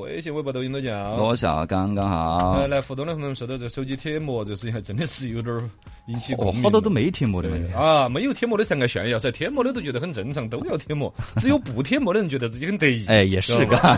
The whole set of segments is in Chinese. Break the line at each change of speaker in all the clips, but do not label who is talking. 微信、微博、抖音都叫。
罗小刚刚好哦
呃，。来互动的朋友们说到这手机贴膜这事情，还真的是有点儿引起
哦
共鸣，
好多
了
都没贴膜的问
对
题。
啊，没有贴膜的才爱炫耀噻，贴膜的都觉得很正常，都要贴膜。只有不贴膜的人觉得自己很得意。
哎，也是嘎，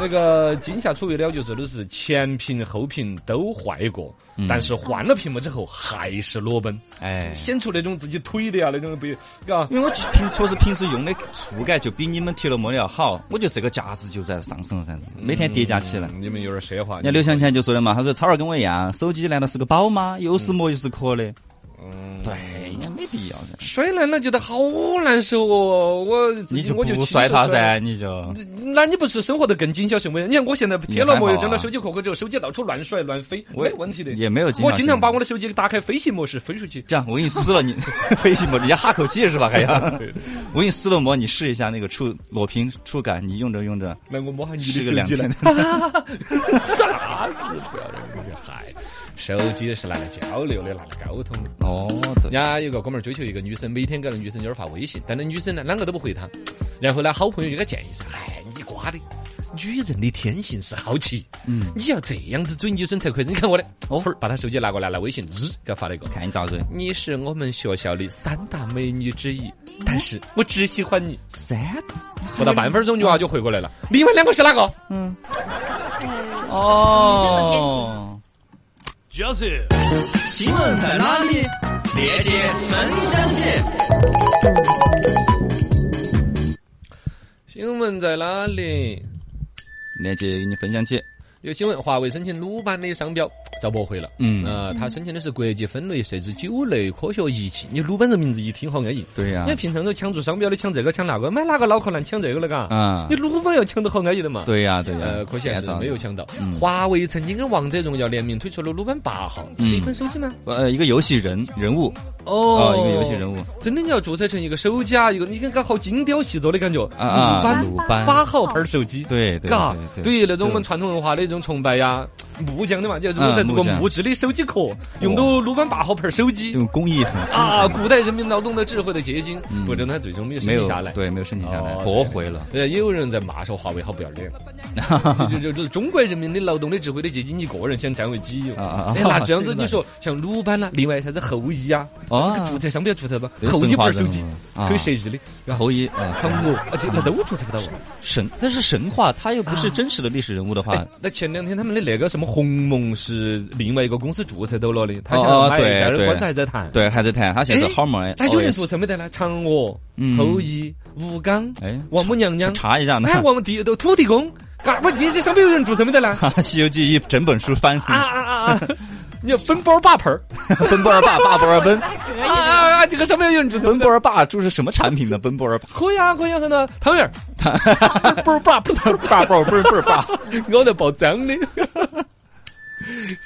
那个今夏楚瑜了就说的是前屏后屏都坏过，但是换了屏幕之后还是裸奔，
哎，
显出那种自己腿的啊那种不，嘎。
因为我平确实平时用的触感就比你们贴了膜的要好，我觉得这个价值就在上升了噻，
嗯
每天叠加起来。
你们有点奢华。
人家刘向前就说的嘛，他说超儿跟我一样，手机难道是个宝吗？又是膜又是壳的，
嗯，
对，没必要噻。
摔烂了觉得好难受哦，我自己
你就
我就
不
亲手
摔它
了
噻，你就
那你不是生活的更谨小慎微？你看我现在贴了膜，
你还好
又
啊
整到手机壳壳之后，手机到处乱甩乱飞，
我
没问题的。
也没有紧
我
张啊
经常把我的手机打开飞行模式飞出 去。
这样，我给你撕了你飞行膜，人家哈口气是吧？还要
对对
我给你撕了膜，你试一下那个触裸屏触感，你用着用着，
来，我摸下你
是
的
个
手
两
机来
千。
啥子？不要这个东西，嗨，手机是拿来交流的，拿来沟通的。
哦，
人
对，
家有个哥们儿追求一个女生，每天给那女生妞儿发微信，但那女生呢，啷个都不回他。然后呢，好朋友就给他建议噻：“哎，你瓜的，女人的天性是好奇，
嗯，
你要这样子追女生才可以。你看我的，哦，把他手机拿过来，来微信，日给他发了一个，
看你咋子？
你是我们学校的三大美女之一，嗯但是我只喜欢你。
三个，
不到半分钟，女娃就回过来了，另外两个是哪个？
嗯，
呃，
哦，
Joseph，
新闻在哪里？
连接分享线。
新闻在哪里？
链接给你分享起。
有新闻，华为申请鲁班的商标遭驳回了。
嗯
呃，他申请的是国际分类设置九类科学仪器。你鲁班这名字一听好安逸，
对呀
你、看平常都抢注商标的，抢这个抢那个，买哪个脑壳难抢这个了嘎？
啊
你，鲁班要抢得好安逸的嘛？。
对呀，对呀
呃，，可惜还是没有抢到。
嗯
华为曾经跟王者荣耀联名推出了鲁班八号，
嗯
是一款手机吗？
呃，一个游戏人人物
哦
哦，一个游戏人物
真的你要注册成一个手机啊，一个你看搞好精雕细作的感觉。
啊啊，
鲁班
鲁
八
班，
号牌手机。
对对
嘎，
对
对
对，
于那种我们传统文化的一种崇拜呀，木匠的嘛，就是我在做个
木匠
木质的手机壳，
哦
用到鲁班八号牌手机
这。种工艺很
啊，古代人民劳动的智慧的结晶，
嗯
不然它最终没有
没
生
有
存下来。
对，没有申请下来，
哦
驳回了。
呃，也有人在骂说华为好不要 脸，就就就中国人民的劳动的智慧的结晶，你个人想占为己有。
啊啊啊
哎， 那这样子
这个
你说像鲁班啦，另外啥子后啊羿 呀，
哦，
注册商标注册吧，
对
后羿
神话
牌手
人
机
物啊
可以设置的，然后
侯爷啊，
嫦娥啊，这那都注册不到啊。
神，但是神话，他又不是真实的历史人物的话，
哎，那前两天他们的那个什么鸿蒙是另外一个公司注册到了的，他
哦
想要买，
对
但是
对
官司还在谈。，
对，还在谈，他现在
哎
哦是 Harmony，
那有人注册没得呢？嫦娥
嗯、
后羿、吴刚、
哎，
王母娘
查
娘，
查一下呢，
哎， 王地都土地公，嘎，我你这上面有人注册没得呢？
《西游记》一整本书翻，
啊啊啊！啊！你要分包把盆儿
奔波儿爸，爸波儿 奔，
可
啊啊啊！这个上面有人注册
奔
没
波
得。
儿爸注是什么产品呢？奔波儿 爸，
可以啊，可以啊，看到汤圆儿，分包把盆儿，
爸爸不是不是爸。
咬得爆脏的。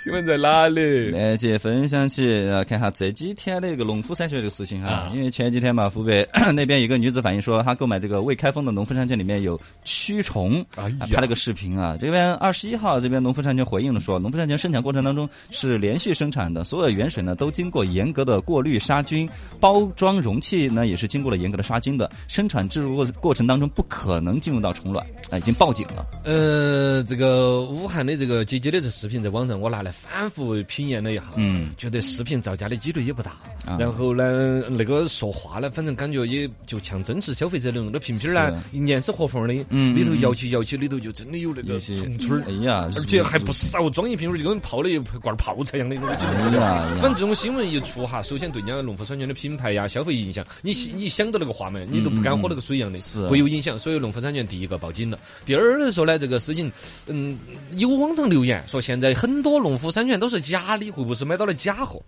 新闻在哪里？
来，姐哎分享起，呃看下这几天那个农夫山泉这个事情哈、
啊
因为前几天嘛，湖北 那边有个女子反映说，她购买这个未开封的农夫山泉里面有蛆虫，
哎呀
啊拍了个视频啊。这边二十一号，这边农夫山泉回应了说，农夫山泉生产过程当中是连续生产的，所有原水呢都经过严格的过滤杀菌，包装容器呢也是经过了严格的杀菌的，生产制作过过程当中不可能进入到虫卵，啊，已经报警了。
呃，这个武汉的这个姐姐的这视频在网上我拿来反复品验了一下，
嗯，
觉得视频造假的几率也不大。
啊
然后呢，那个说话呢，反正感觉也就像真实消费者那种，那瓶瓶呢严丝合缝的，
嗯
里头摇起摇起，里头就真的有那
有
个
些
虫春儿。
哎呀，
而且还不少，装一瓶就跟泡了一罐泡菜一样的东西。
哎呀哎呀
反正这种新闻一出哈，首先对人家农夫山泉的品牌呀、消费影响，你想你想到那个画面，你都不敢喝那个水一样的，
是
会有影响。所以农夫山泉第一个报警了。第二说呢，这个事情，嗯，有网上留言说现在很多农夫山泉都是假的，会不会是买到了假货？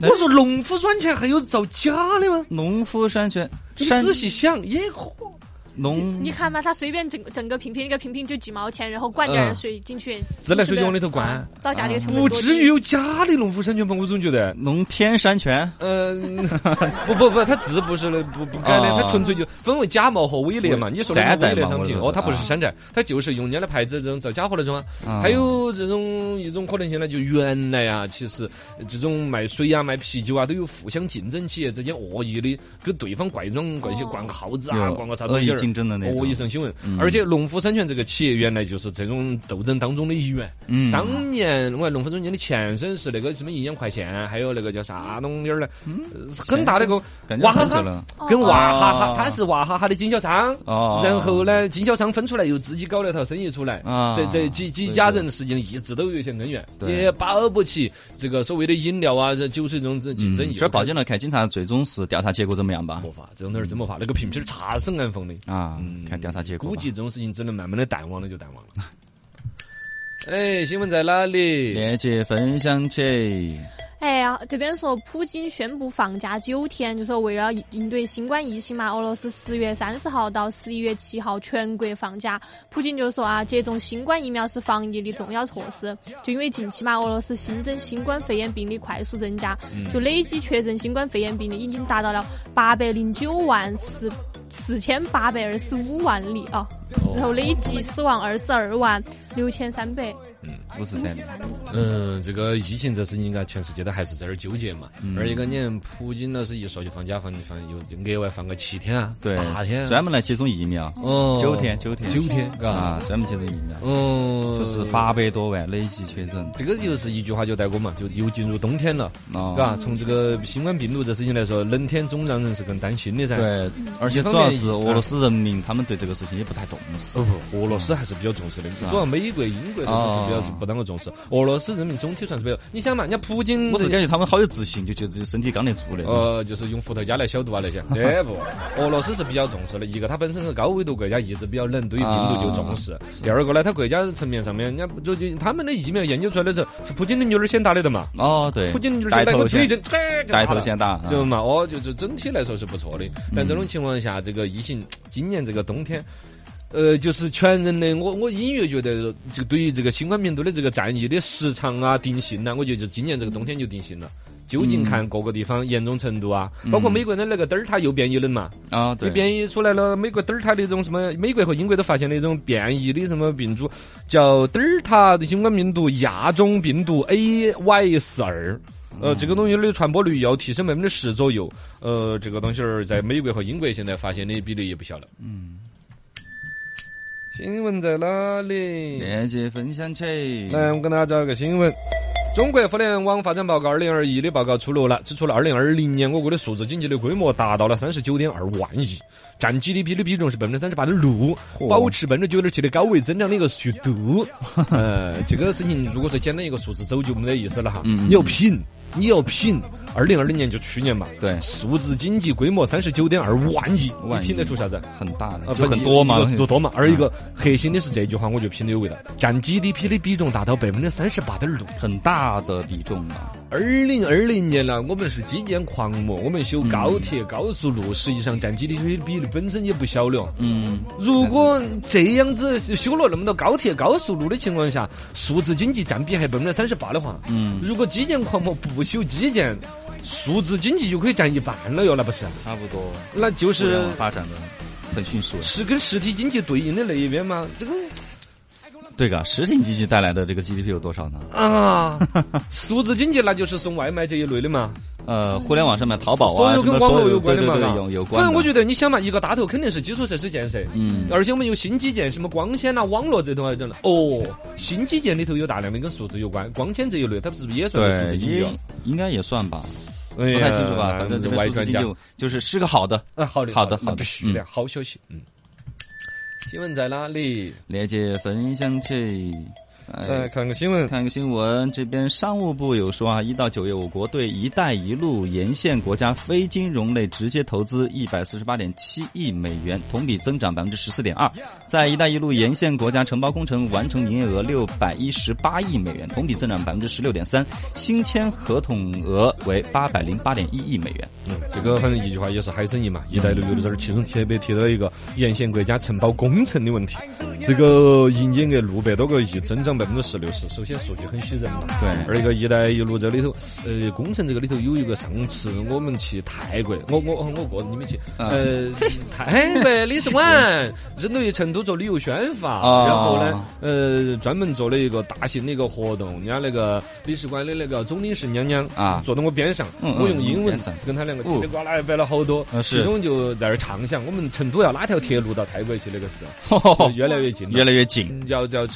我说农夫山泉还有造假的吗？
农夫山泉，
你
山
仔细想也可。嗯
农
你看嘛，他随便整整个瓶瓶，一个瓶瓶就几毛钱，然后灌点水进去，
嗯自来水就往里头灌
啊造假这个成本
不
多
至于
低。
有假的农夫山泉吧？我总觉得，
农天山泉，
嗯，不 不不，它字不是的不不改的，
啊
它纯粹就分为假冒和伪劣嘛。
伪
你说的
山
是
寨
伪劣
嘛
商品，
我觉得
哦，它不是
啊
山寨，它就是用人家的牌子这种造假货那种啊。
啊
还有这种一种可能性呢，就原来啊，其实呃这种卖水啊、卖啤酒啊，哦都有互相竞争，企业之间恶意的跟对方怪装、怪些
哦
灌耗子啊、
有
灌个啥
恶
东
意
西儿。
竞竞争的那
恶
种嗯
意。上新闻。而且农夫山泉这个企业原来就是这种斗争当中的一员。
嗯，
当年我看农夫山泉的前身是那个什么营养快线，还有那个叫啥东西儿呢？
嗯
呃很大的一个
感觉
娃哈
很久
哈
了。，
跟娃哈
哦
哈，它是娃哈哈的经销商。
哦，
然后呢，经销商分出来又自己搞了套生意出来，
啊
这这几几家人实际上一直都有一些恩怨，
对
也保不齐这个所谓的饮料啊、这酒水这种这竞争哦
嗯
又开始。
这保监了看警察最终是调查结果怎么样吧？
没法，这种东西儿真没法，那个瓶瓶儿查是安放的。
啊，嗯看调查结
嗯
果吧。
估计这种事情只能慢慢的淡 忘了就淡忘了。哎，新闻在哪里？
连接分享起，
哎呀，这边说普京宣布放假九天，就说为了应对新冠疫情嘛，俄罗斯十月三十号到十一月七号全国放假。普京就说啊，接种新冠疫苗是防疫的重要措施。就因为近期嘛，俄罗斯新增新冠肺炎病例快速增加，就累计确诊新冠肺炎病例已经达到了八百零九万四四千八百二十五万例啊，然后累计死亡二十二万六千三百。
五十三。
嗯，这个疫情这事情，应该全世界都还是在那儿纠结嘛。
嗯
而一个你看，普京老师一说就放假放放又额外放个七天啊，
对
八天，
专门来接种疫苗
哦，
九天九天
九天，嘎
啊，，专门接种疫苗，
嗯，
就是八。百多万累计确诊
这个就是一句话就带过嘛，就又进入冬天了，
哦。
嘎。从这个新冠病毒这事情来说，冷天总让人是更担心的噻。
对，而
嗯
且
一方
主
面
要
啊
是俄罗斯人民他们对这个事情也不太重视
哦。不，俄罗斯还是比较重视的，
吧
主要美国、英国这种是比较
啊哦
不当个重视，俄罗斯人民总体算是比较。你想嘛，人家普京
我是
这
感觉他们好有自信，就觉得自己身体刚得住的。
嗯呃，就是用伏特加来消毒啊那 些，那不，俄罗斯是比较重视的。一个，它本身是高纬度国家，一直比较冷，对于
啊
病毒就重视；第二个呢，它国家层面上面，人家不就就他们的疫苗研究出来的时候，是普京的牛儿先打的的嘛，
哦，对
普京的，牛儿
带
先打
头
个推
先
针，哎就
带
打
头啊
了
先打，
就嘛，哦，就就整体来说是不错的。但这种情况下，这个疫情今年这个冬天。呃，就是全人类，我我隐约觉得，就对于这个新冠病毒的这个战役的时长啊、定性呐、我觉得就今年这个冬天就定性了。究竟看各个地方严重程度啊，包括美国的那个德尔塔又变异了嘛，
啊，
又
对，
变异出来了。美国德尔塔的一种什么，美国和英国都发现了一种变异的什么病株，叫德尔塔的新冠病毒亚种病毒 AY 四二。呃，这个东西的传播率要提升百分之十左右。呃，这个东西儿在美国和英国现在发现的比例也不小了。嗯。新闻在哪里？
链接分享起。
来，我们跟大家找一个新闻。中国互联网发展报告二零二一的报告出炉了，指出了二零二零年我国的数字经济的规模达到了三十九点二万亿，占 GDP 的比重是百分之三十八点六，
嚯
保持百分之九点七的高位增长的一个速 度。呃，这个事情如果说简单一个数字走就没得意思了哈。
嗯
你要拼，你要拼。二零二零年就去年嘛，
对
数字经济规模三十九点二万亿，你
万亿
拼得出啥子？
很大的，
啊，
就
不
很多嘛，
多多嘛。嗯而一个核心的是这句话，我觉得拼的有味道，占 GDP 的比重达到百分之三十八点六。
很大的比重啊。
二零二零年了，我们是基建狂魔，我们修高铁、高速路，实际上占 GDP 的比例本身也不小了。
嗯，
如果这样子修了那么多高铁、高速路的情况下，数字经济占比还百分之三十八的话，
嗯
如果基建狂魔不修基建，数字经济就可以占一半了哟，那不是？
差不多
那就是是
发展的很迅速。
是跟实体经济对应的那一边吗？这个。
对个，实体经济带来的这个 GDP 有多少呢？
啊，数字经济那就是送外卖这一类的嘛，
呃，互联网上面淘宝
所
啊，
有
什
跟
么
网
所
络
有
关的
对对
嘛。
对
嘎，
有有关
反
的。
正我觉得你想嘛，一个大头肯定是基础设施建设，
嗯
而且我们有新基建，什么光纤呐、啊网络这种等等。哦，新基建里头有大量的跟数字有关，光纤这一类，它不是不是也算是数
对
字经济
也
哦？
应该也算吧，
哎
不
呀
太清楚吧，反正这
歪
边数
专
字
家
经。济就是是个好的。
啊，好的，
好的
那
好的
必须的，
嗯
好消息，嗯。新闻在哪里？
链接分享起。哎
来看个新闻。
看一个新闻，这边商务部有说啊，一到九月，我国对“一带一路”沿线国家非金融类直接投资一百四十八点七亿美元，同比增长百分之十四点二，在“一带一路”沿线国家承包工程完成营业额六百一十八亿美元，同比增长百分之十六点三，新签合同额为八百零八点一亿美元。
嗯，这个反正一句
嗯
话也是海参一嘛，一带一路有的这儿其中特别提到一个沿线国家承包工程的问题。
嗯
这个营业额六百多个亿，增长百分之十六十，首先数据很喜人嘛。
对
二一个“一带一路”这里头，呃，工程这个里头有一个上次我们去泰国，我我我个人你们去，
嗯
呃，泰国李斯 馆，针对于成都做旅游宣发，
哦
然后呢，呃，专门做了一个大型的一个活动，人家那个领事馆的那个总领事娘娘
啊
坐到我边上，
嗯
我用
嗯
英文
边上
跟他两个
哦
叽里呱啦摆了好多
嗯，是
其中就在那儿畅想我们成都要哪条铁路到泰国去那个事，就越 来越近了，
哦越来越紧。
嗯叫叫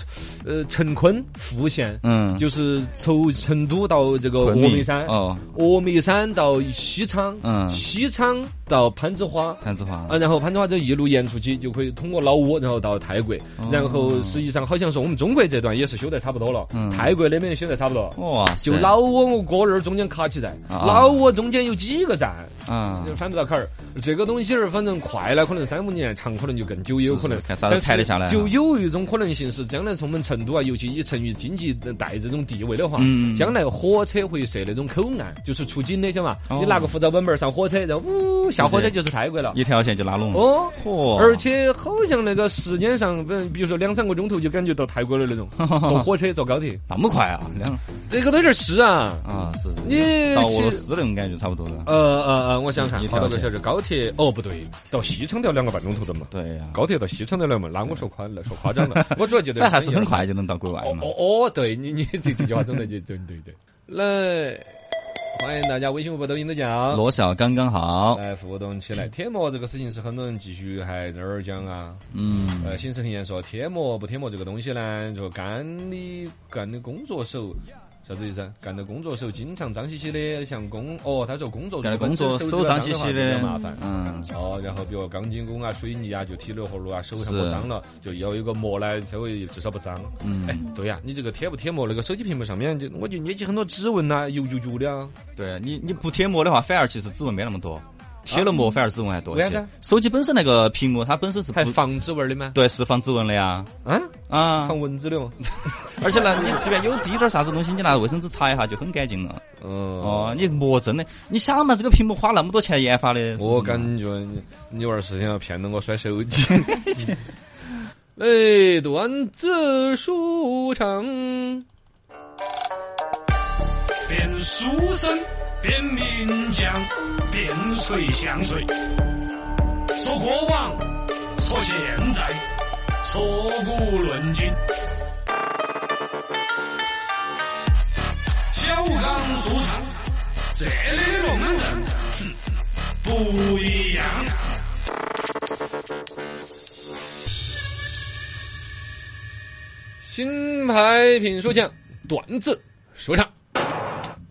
呃成昆富县，
嗯，
就是从成都到这个峨
昆
眉
明
山，
哦，
峨眉山到西昌，
嗯
西昌到攀枝花。
攀枝花
啊，然后攀枝花这一路沿出去，就可以通过老挝，然后到泰国。
哦
然后实际上好像说我们中国这段也是修得差不多了，
嗯
泰国那边也修得差不多。
哇塞，
就老挝我哥那儿中间卡起站，
啊
老挝中间有几个站，
啊，
翻不到坎儿。这个东西儿反正快了可能三五年，长可能就更久，也有可能。
看啥都排得下来啊，
就有一种可能性是，将来从我们成都啊，尤其以成渝经济带这种地位的话，
嗯
将来火车会设那种口岸，就是出境的，晓得嘛？
哦
你拿个护照本本儿上火车，然后呜下火车就是泰国了。
一条线就拉拢了。
哦，
嚯
而且好像那个时间上，嗯比如说两三个钟头就感觉到泰国的 那种，坐火车坐高铁，
那么快啊，两
这个都有点湿啊。
啊是
你
到俄罗
是
斯那种感觉差不多了。
呃呃呃，我想看
一，
好
条
多个
线
小时高铁，哦不对，到西昌都要两个半钟头的嘛。
对呀，
高铁到西昌都要两个半，那我说宽了，说夸张 了，我主要觉得
但还是
有点
很快就能到国外
哦
嘛。
哦哦，对你你这这句话真的就对对对。来，欢迎大家微信、微博、抖音都讲。
罗嗯小刚刚好，
来互动起来，贴膜这个事情是很多人继续还在那儿讲啊。
嗯，
呃，新陈言说贴膜不贴膜这个东西呢，说干的干的工作手，啥子意思啊？干的工作手经常脏兮兮的，像工哦，他说工作
干的工作
手
手脏兮兮
比较
的
麻烦，。
嗯，
哦，然后比如钢筋工啊、水泥啊，就体力活路啊，手上不
是
脏了，就要有一个膜来，稍微至少不脏。
嗯
哎，对呀、你这个贴不贴膜，那个手机屏幕上面就我就捏起很多指纹呐、油油油的啊。
对你你不贴膜的话，反而其实指纹没那么多，贴了膜反而指纹还多一
为啥
些
子。
手机本身那个屏幕它本身是
还
不
防指纹的吗？
对是防指纹的呀，
啊，
啊，
防蚊子的哦。
而且呢，你即便有滴点儿啥子东西，你拿卫生纸擦一下就很干净了。哦
哦，，
你膜真的，你想嘛，这个屏幕花那么多钱研发的，是不是
我感觉你你娃儿是想要骗到我摔手机。嗯哎，段子舒畅，
变书生，变名将，变谁像谁？说过往，说现在，说古论今。小刚书场，这里的龙门阵哼不一样。
新牌评书讲段子舒畅，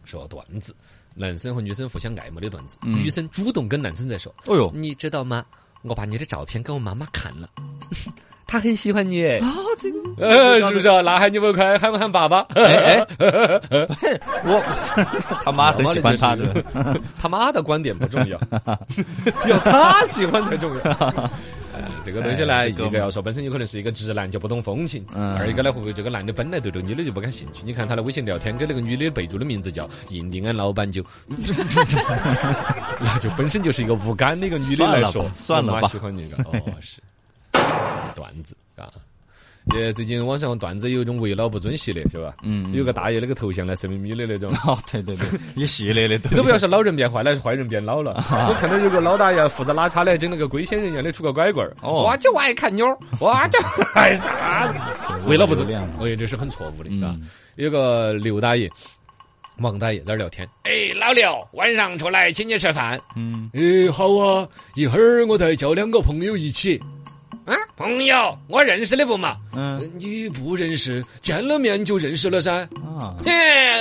说段子。男生和女生互相爱慕的段子，
嗯
女生主动跟男生在说，
哦哟，
你知道吗？我把你的照片给我妈妈看了， 她很喜欢你哎。啊，这个，呃，是不是啊？那喊你不快喊不喊爸爸？
哎哎，不是我他妈很喜欢他
妈妈
的
的， 他妈的观点不重要，只有他喜欢才 重要。呃这个东西呢，
哎
一
这个
个要说本身有可能是一个直男就不懂风情，
嗯
二一个呢，会不会这个男的本来对这个女的就不感兴趣？你看他的微信聊天跟那个女的备注的名字叫印第安老板就， 那就本身就是一个无感的一个女的来说，
算了
我
吧算了吧
妈喜欢你个哦是，段子啊。也最近网上段子有一种为老不尊系列是吧？
嗯
有个大爷那个头像呢，色眯眯的那种，
哦，对对对，一系列 的都
都不要说老人变坏了，是坏人变 老了。
啊
我看到有个老大爷扶着拉碴的，整那个龟仙人一样的出个拐棍儿，
哦
我就爱看妞 儿，我就爱啥子，为了不走
流量，
我觉得这是很错误的啊
嗯。
有个刘大爷、王大爷在那儿聊天，哎，老刘，晚上出来请你吃饭。
嗯，
哎，好啊，一会儿我再叫两个朋友一起。啊，朋友，我认识的不嘛？呃
嗯
你不认识，见了面就认识了噻。
啊，
嘿，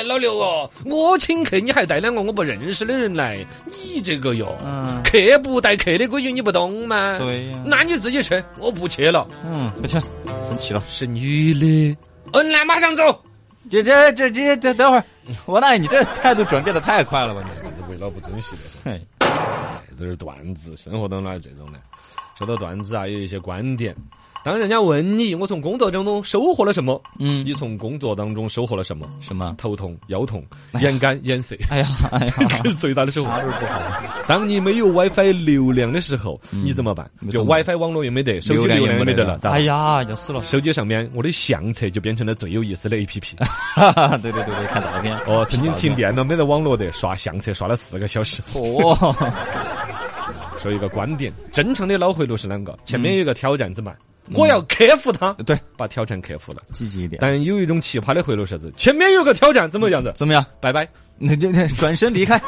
老刘哦，我请客你还带两个我不认识的人来，你这个哟，
嗯，
客不带客的规矩你不懂吗？
对呀
那你自己去，我不去了。
嗯，不去，生气了。
是女的，嗯，那马上走。
这这这这这等会儿，我那你这态度转变的太快了吧你？
为了不珍惜的，哎
嘿，
都是段子，生活当中哪有这种呢？说到段子啊，有一些观点。当人家问你，我从工作当中收获了什么？
嗯
你，从工作当中收获了什么？
什么？
头痛、腰痛、眼干、眼涩，
哎呀，哎呀，
这是最大的收获。当你没有 WiFi 流量的时候，你怎么办？就
怎么办
WiFi 网络嗯又没得，手机流量也没得了，咋
哎
办？
呀，要死了！
手机上面我的相册就变成了最有意思的 A P P。
哈哈，对对对对，看照片。
哦，曾经停电了，没得网络的，刷相册刷了四个小 时。
哦，
说一个观点，正常的脑回路是啷个？前面有一个挑战怎么办？我要克服它，
对，
把挑战克服了。
积极一点。
但有一种奇葩的回路是啥子？前面有个挑战，怎么样子？
怎么样？
拜拜。
那就就转身离开。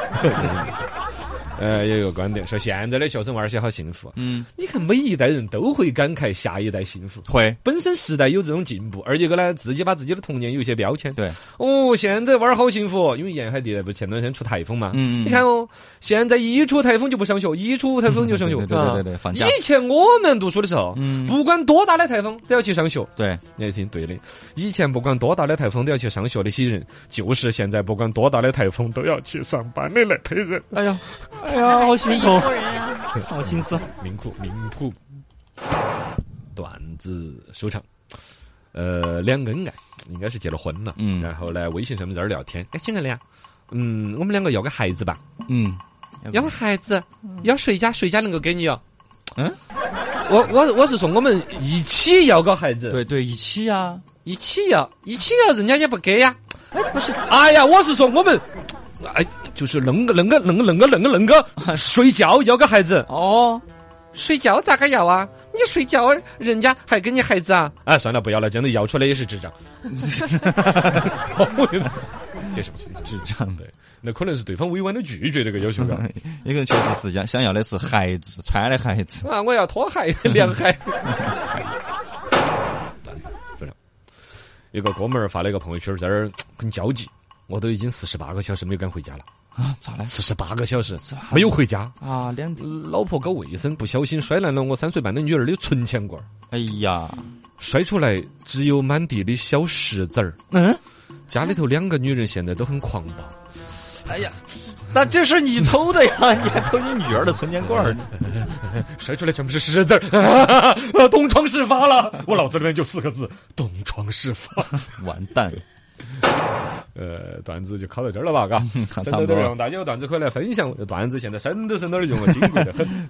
呃，也有个观点说，现在的学生娃儿些好幸福。
嗯，
你看，每一代人都会感慨下一代幸福。
会。
本身时代有这种进步，而一个呢，自己把自己的童年有一些标签。
对，
哦，现在娃儿好幸福，哦因为沿海地带不是前段时间出台风嘛。
嗯
你看哦，现在一出台风就不上学，一出台风就上学。
嗯对对对对对
啊
放假
以前我们读书的时候，
嗯
不管多大的台风都要去上学。
对，
你也挺对的，以前不管多大的台风都要去上学那些人，就是现在不管多大的台风都要去上班的那批人。
哎呀，哎呀，好辛苦
还是一，拨人啊！
好心酸。
名库名库，段子收场。呃，两恩爱应该是结了婚了，
嗯
然后呢，微信上面在那儿聊天，哎，亲爱的呀，嗯，我们两个要个孩子吧，
嗯，
要个孩子，要谁家谁家能够给你哦？
嗯，
我我我是说我们一起要个孩子，，
对对，一起啊。
一起要一起要，人家也不给呀，哎，不是，哎呀，我是说我们，哎，就是恁个恁个恁个恁个恁个恁 个睡觉要个孩子，
哦，
睡觉咋个要啊？你睡觉，人家还给你孩子啊？哎，算了，不要了，真的要出来也是智障。这什么智
障
对，那可能是对方委婉的拒绝这个要求啊。
一个人确实是想想要的是孩子，穿的孩子。
啊，我要拖鞋、凉鞋。段子非常有个哥们儿发了一个朋友圈，在那儿很焦急，我都已经四十八个小时没有敢回家了，
啊，咋了？
四十八个小时没有回家。
啊，两点。
老婆搞卫生，不小心摔烂了我三岁半的女儿的存钱罐儿。
哎呀，
摔出来只有满地的小石子儿。
嗯，
家里头两个女人现在都很狂暴，
哎呀，那这是你偷的呀？ 你还偷你女儿的存钱罐儿？
摔出来全部是石子儿， 东窗事发了。我脑子里面就四个字： 东窗事发。
完蛋！
呃，段子就考到 这儿了吧？嘎，
好
省
差
得
不多
点
了
用，大家有段子可以来分享。段子现在省都省到点用，我金贵的很。